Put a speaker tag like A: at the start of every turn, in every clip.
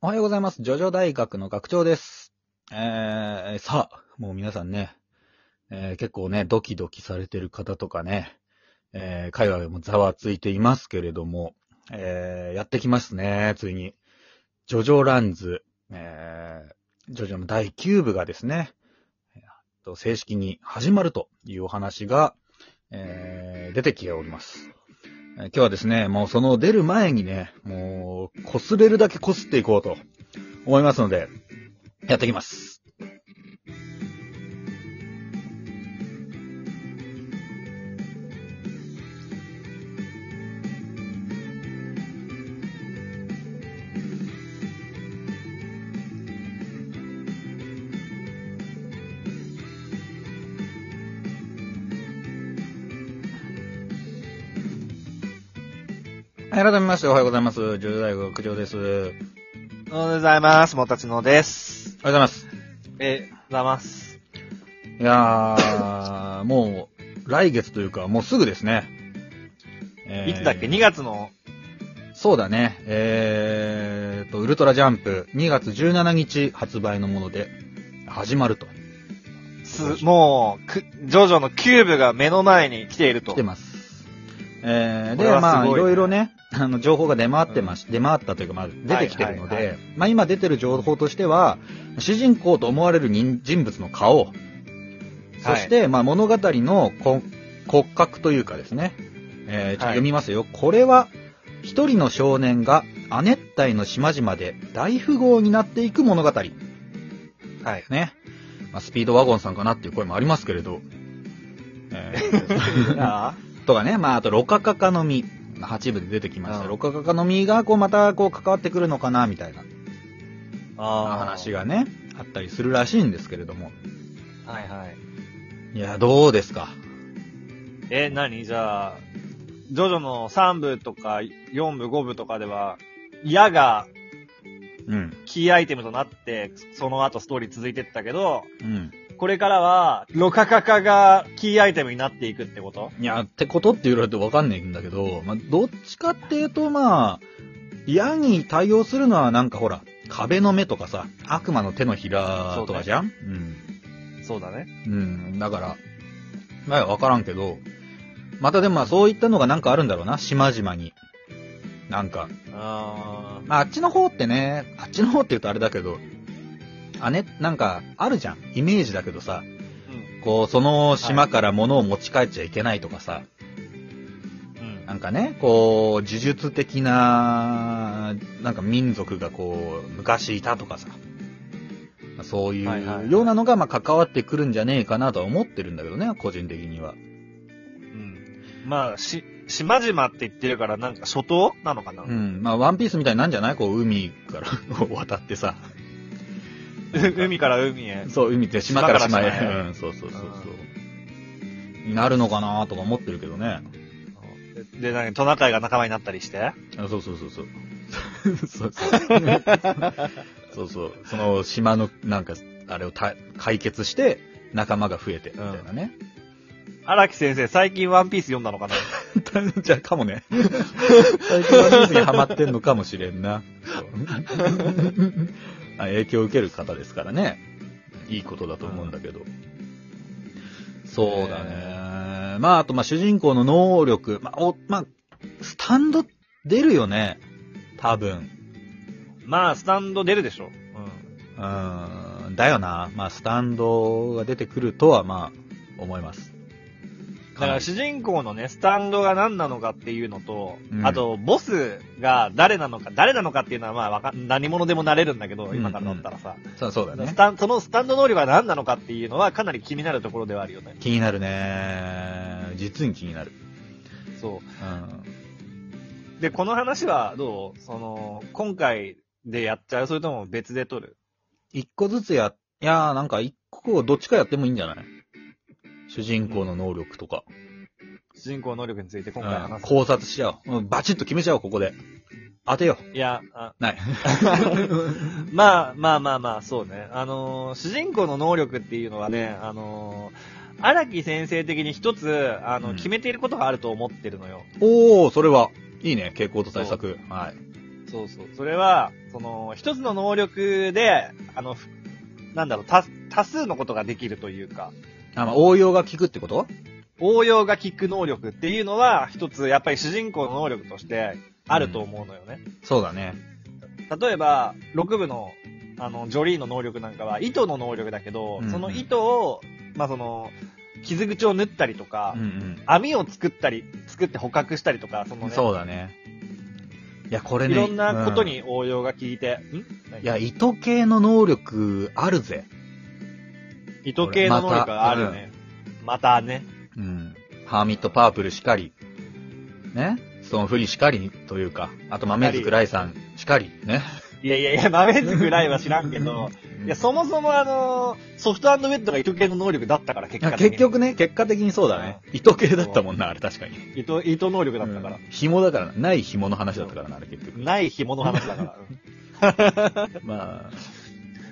A: おはようございます。ジョジョ大学の学長です。えー、さあ、もう皆さんね、えー結構ね、ドキドキされてる方とかね、えー、会話でもざわついていますけれども、えー、やってきますね、ついに。ジョジョランズ、えー、ジョジョの第9部がですね、えーと正式に始まるというお話が、えー、出てきております。えー今日はですね、もうその出る前にね、もう、擦れるだけ擦っていこうと思いますので、やってきます。はい改めましておはようございます。十代学長です。おはよう
B: おはようございます。もたちのです。
A: ございます。
B: え、ざいます。
A: いやー、もう、来月というか、もうすぐですね。えー
B: いつだっけ ?2 月の、
A: そうだね。えーと、ウルトラジャンプ、2月17日発売のもので、始まると。
B: す、もう、く、ジョジョのキューブが目の前に来ていると。
A: 来てます。えー、
B: こ
A: で、
B: れは
A: まあ、い
B: すごいね
A: ろいろね、あの、情報が出回ってまし、出回ったというか、まあ、出てきてるので、
B: はいはい
A: まあ、今出てる情報としては、主人公と思われる人人物の顔、そして、まあ、物語の骨骨格というかですね、えーちょっと
B: はい
A: 読みますよ。これは、一人の少年が亜熱帯の島々で大富豪になっていく物語。
B: はい。
A: ね。まあ、スピードワゴンさんかなっていう声もありますけれど。え ー
B: あ
A: とかね、まあ、あと、ロカカカの実。8部で出てきました。
B: うん
A: ロカカカの実が、こう、また、こう、関わってくるのかな、みたいな
B: あ
A: 話
B: が。
A: がね、あったりするらしいんですけれども。
B: はいはい。
A: いや、どうですか
B: え、何じゃあ、ジョジョの3部とか4部、5部とかでは、矢が
A: うん。
B: キーアイテムとなって、その後ストーリー続いてったけど、
A: うん。
B: これからは、ロカカカがキーアイテムになっていくってこと
A: いや、ってことって言われてわかんないんだけど、まあ、どっちかっていうと、まあ、矢に対応するのはなんかほら、壁の目とかさ、悪魔の手のひらとかじゃん
B: そうだね。
A: うん。うん。だから、まあわからんけど、またでもまあそういったのがなんかあるんだろうな、島々に。なんか、
B: あ
A: まああっちの方ってね、あっちの方って言うとあれだけど、あね、なんかあるじゃん。イメージだけどさ、
B: ー。うん。
A: こう、その島から物を持ち帰っちゃいけないとかさ、
B: うん。
A: なんかね、こう、呪術的な、なんか民族がこう、昔いたとかさ、まあそうい
B: はいはいは
A: う
B: い
A: ようなのが、まあ、関わってくるんじゃねえかなとは思ってるんだけどね、個人的には。
B: うんまあ、し、島々って言ってるから、なんか諸島なのかな、
A: うん。まあ、ワンピースみたいになんじゃないこう、海から 渡って さ。
B: 海から海へ。
A: そう、海って島から島
B: 島から島
A: へ。うん、そうそうそうそう。になるのかなとか思ってるけどね。
B: で、なに、トナカイが仲間になったりして。
A: あそうそうそうそう。そうそう。そうそう。その島の、なんか、あれをた解決して、仲間が増えて、みたいなね。
B: 荒木先生、最近ワンピース読んだのかな
A: じゃあ、かもね。最近ワンピースにハマってんのかもしれんな。そうあ影響を受ける方ですからね。いいことだと思うんだけど。そうだね。まあ、あと、まあ、主人公の能力。まあ、お、まあ、スタンド出るよね。多分。
B: まあ、スタンド出るでしょ。
A: うーんだよな。まあ、スタンドが出てくるとは、まあ、思います。
B: だから、主人公のね、スタンドが何なのかっていうのと、
A: うん
B: あと、ボスが誰なのか、誰なのかっていうのは、まあ、わかん、何者でもなれるんだけど、今からだったらさ。
A: そうそうだ
B: ス
A: ね。
B: タンそのスタンド能力が何なのかっていうのは、かなり気になるところではあるよね。
A: 気になるね。実に気になる。
B: そう。
A: うん。
B: で、この話はどうその、今回でやっちゃうそれとも別で撮る
A: 一個ずつや、いやーなんか一個どっちかやってもいいんじゃない主人公の能力とか。
B: 主人公能力について今回
A: うん
B: 話す。
A: 考察しちゃおう。うんバチッと決めちゃおう、ここで。当てよ
B: いや、 あ
A: う。ない。
B: まあまあまあまあ、そうね。あのー主人公の能力っていうのはね、あのー荒木先生的に一つ、あの、
A: うん
B: 決めていることがあると思ってるのよ。
A: おー、それは、いいね。傾向と対策。はい。
B: そうそう。それは、その、一つの能力で、あの、ふなんだろう、多、多数のことができるというか、
A: あ、まあ、応用が効くってこと
B: 応用が効く能力っていうのは、一つ、やっぱり主人公の能力として、あると思うのよね。
A: そうだね。
B: 例えば、6部の、あの、ジョリーの能力なんかは、糸の能力だけど、
A: うん
B: その糸を、まあ、その、傷口を縫ったりとか、
A: うん
B: 網を作ったり、作って捕獲したりとか、その
A: うん。
B: ね、
A: そうだね。いや、これ
B: い
A: ね。
B: ろんなこと
A: うん
B: に応用が効いて、ん
A: いや、糸系の能力あるぜ。
B: 糸系の能力があるね。またね。
A: うん。ハーミットパープルしかり。ね。ストーンフリーしかりというか。あと、豆づくライさんしかり。ね。
B: いやいやいや、豆作らいは知らんけど、いや、そもそもあの、ソフトウェッドが糸系の能力だったから、
A: い
B: 結
A: や
B: 果
A: 結局ね、結果的にそうだね。糸系だったもんな、あれ確かに。
B: 糸、糸能力だったから
A: うん。紐だからな、ない紐の話だったからな、あれ結局。
B: ない紐の話 だから。うん
A: まあ。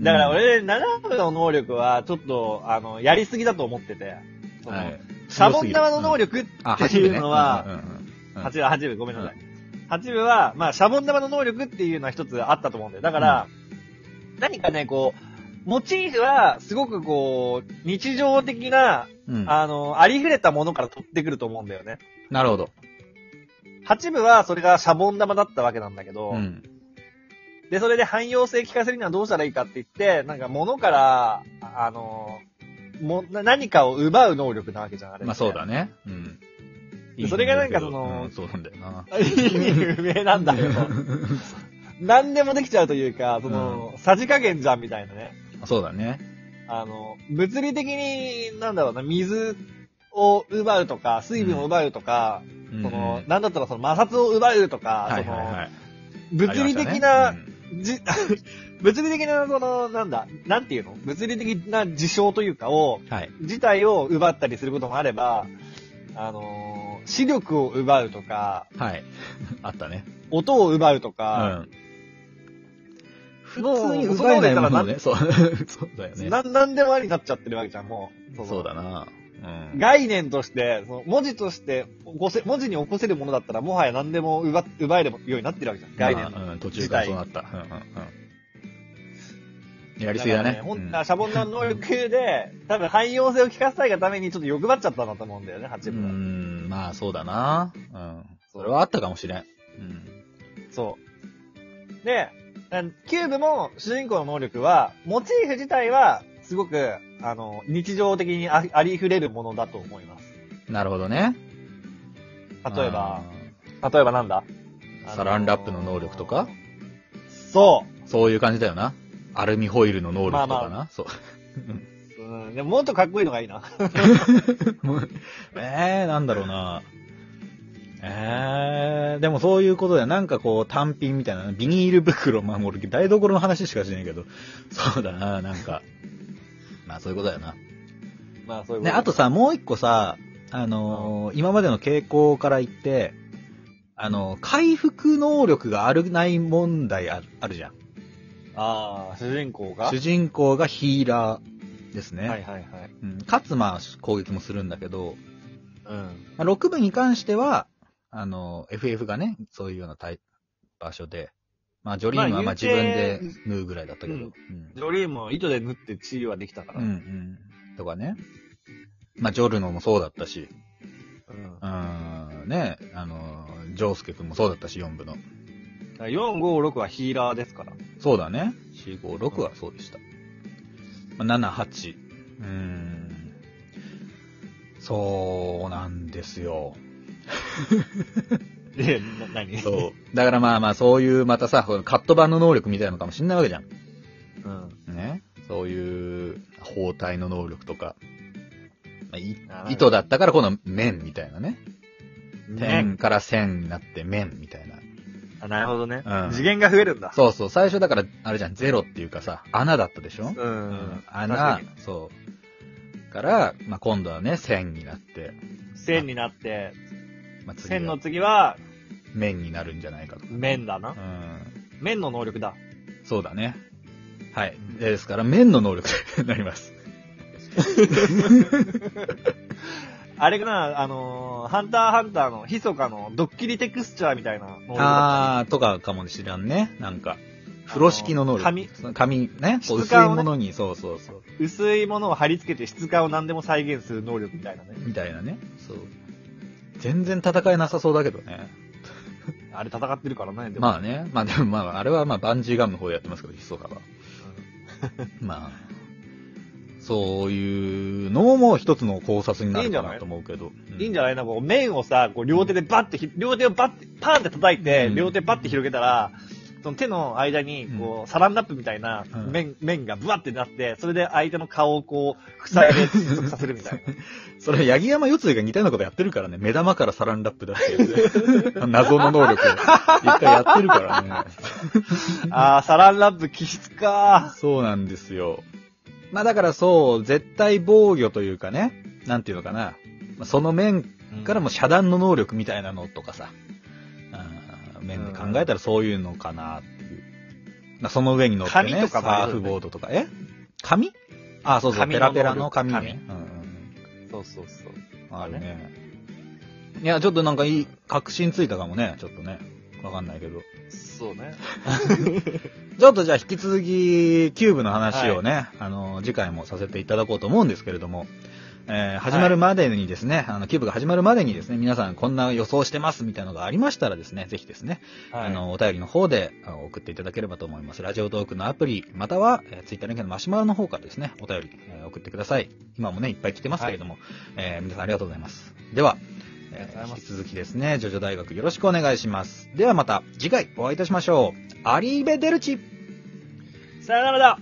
B: だから
A: うん、
B: 俺、7部の能力は、ちょっと、あの、やりすぎだと思ってて、その
A: はい、
B: シャボン玉の能力っ
A: あ
B: ていうのは、
A: 走るねうんうんうんうん
B: 8部、8部、ごめんなさい。8部は、まあ、シャボン玉の能力っていうのは一つあったと思うんだよ。だから、何かね、こう、モチーフは、すごくこう、日常的な、
A: うん
B: あの、ありふれたものから取ってくると思うんだよね。
A: なるほど。
B: 8部は、それがシャボン玉だったわけなんだけど、
A: うん。
B: で、それで汎用性聞かせるにはどうしたらいいかって言って、なんか物から、ああの、も、な何かを奪う能力なわけじゃん、あれって。
A: まあそうだね。うん。いい
B: それがなんかその
A: うんそうなんだよな。
B: 意味不明なんだよ。何でもできちゃうというか、その、さじ加減じゃんみたいなね。
A: そうだね。
B: あの、物理的に、なんだろうな、水を奪うとか、水分を奪うとか、
A: そ
B: その、なんだったらその摩擦を奪うとか、
A: はいはいはい。
B: その、物理的
A: あ
B: な
A: り、ましたね
B: じ、 物理的な、その、なんだ、なんていうの物理的な事象というかを、
A: うんはい。
B: 自体を奪ったりすることもあれば、あのー視力を奪うとか、
A: はい。あったね。
B: 音を奪うと
A: う
B: か、
A: ん。
B: 普
A: 普通に奪えないものをね。 そう。そうだよね。
B: なんなんでもありになっちゃってるわけじゃん、もう。の
A: そうだな。うん。
B: 概念として、その文字として起こせ、文字に起こせるものだったら、もはや何でも奪っ奪えるようになってるわけじゃん、概念の。
A: まあうん途中からそうなった。うんうんうん。やりすぎだ
B: から
A: ね。
B: ほ
A: うん
B: んシャボン玉の能力で、多分汎用性を聞かせたいがためにちょっと欲張っちゃったんだと思うんだよね、
A: う
B: 八分は。
A: ん、まあそうだな。うん。それはあったかもしれん。うん。
B: そう。で、あキューブも主人公の能力は、モチーフ自体は、すごく、あの、日常的にあありふれるものだと思います。
A: なるほどね。
B: 例えば、
A: うん、
B: 例えばなんだ
A: サランラップの能力とか
B: そ
A: そういう感じだよな。アルミホイルの能力とかな。
B: まあま
A: そう。
B: う、うん、でももっとかっこいいのがいいな。
A: えー、なんだろうな。えー、でもそういうことで、なんかこう、単品みたいな、ビニール袋、まあもう俺台所の話しかしないけど、そうだな、なんか。まあそういうことだよな。
B: まあそういうこと
A: ね、あと、さ、もう一個さ、あのー今までの傾向から言って、あのー回復能力があるない問題あるあるじゃん。
B: ああ、主人公が
A: 主人公がヒーラーですね。
B: はいはいはい。
A: うん、かつ、まあ、攻撃もするんだけど、
B: うん。
A: まあ、6部に関しては、あの、FF がね、そういうようなタイ場所で、まあ、ジョリーンはま
B: ま
A: あ
B: あ
A: 自
B: 言う
A: 分
B: て
A: で縫うぐらいだったけど、う
B: うんん。ジョリーンも糸で縫って治癒はできたか
A: う
B: ら。
A: ん、うん。とかね。まあ、ジョルノもそうだったし、
B: うん。
A: うーん、ね、あの、ジョースケ君もそうだったし、4部の。
B: だから4、5、6はヒーラーですから。
A: そうだね。4、5、6はそうでした。まあ、7、8。うーん。そうなんですよ。
B: で、な、何
A: そう。だからまあまあ、そういう、またさ、このカット版の能力みたいなのかもしんないわけじゃん。
B: う。ん。
A: ね。そういう、包帯の能力とか。まあい
B: あー
A: 糸だったからこの面みたいなね。
B: ね
A: 点。から線になって面みたいな。
B: あなるほどね、
A: うん
B: 次元が増えるんだ。
A: そうそう。最初だから、あれじゃん、ゼロっていうかさ、穴だったでしょ
B: う。
A: うん穴
B: 確か、
A: そう。から、まあ、今度はね、線になって、
B: に線になって、
A: まあ、次
B: 線の
A: は
B: 次は、
A: 面になるんじゃないかと。
B: 面だな
A: う。ん。
B: 面の能力だ。
A: そうだね。はい。ですから、面の能力になります。
B: あれかな、あのーハンターハンターの、ひそかのドッキリテクスチャーみたいな能力だっ
A: あー、とかかもしらんね。なんか、風呂敷の能力。
B: あの紙
A: その紙ね。こう
B: 質
A: 薄い
B: 感をね
A: ものに、そうそうそう。
B: た。薄いものを貼り付けて質感を何でも再現する能力みたいなね。
A: みたいなね。そう。全然戦えなさそうだけどね。
B: あれ戦ってるからね、でも。
A: まあね。まあでもまあ、あれはまあバンジーガムの方でやってますけど、ひそかは。まあ、そういうのも一つの考察になるかなと思うけど。
B: うんいいんじ
A: ゃ
B: ゃないなんかこう、面をさ、こう両手でバッてひ、両手をバッて、パーンって叩いて、
A: うん
B: 両手バッて広げたら、その手の間に、こう、サランラップみたいな
A: うん
B: 面、面がブワッてなって、それで相手の顔をこう、塞 いで窒息させるみたいな。
A: それ、八木山四つが似たようなことやってるからね。目玉からサランラップ出してや つ。謎の能力。一回やってるからね。
B: あー、サランラップ気質か
A: そうなんですよ。まあだからそう、絶対防御というかね、なんていうのかな。まあその面
B: ー。
A: からも遮断の能力みたいなのとかさ、うん、面で考えたらそういうのかなっていう。まあその上に乗って
B: 紙
A: ね、
B: と
A: サ
B: かもあ
A: ー
B: るよね
A: フボードとか、え紙あ、そうそう、
B: 紙
A: ペ
B: の
A: ラペラの紙
B: 能
A: ね
B: 力。
A: うんうん
B: そうそうそう。
A: うん、あるね。いや、ちょっとなんかいい、確信ついたかもね、ちょっとね。わかんないけど。
B: そうね。
A: ちょっとじゃあ引き続き、キューブの話をね、あの、次回もさせていただこうと思うんですけれども、えー始まるまでにですね、あの、キューブが始まるまでにですね、皆さんこんな予想してますみたいなのがありましたらですね、ぜひですね、
B: はい
A: あの、お便りの方であの送っていただければと思います。ラジオトークのアプリ、または、えー、ツイッターの件のマシュマロの方からですね、お便り、えー送ってください。今もね、いっぱい来てますけれども、えー皆さんありがとうございます。では、
B: ありがとうござい
A: えー
B: ま
A: 引
B: す
A: き続きですね、ジョジョ大学よろしくお願いします。ではまた次回お会いいたしましょう。アリーベデルチ
B: さよならだ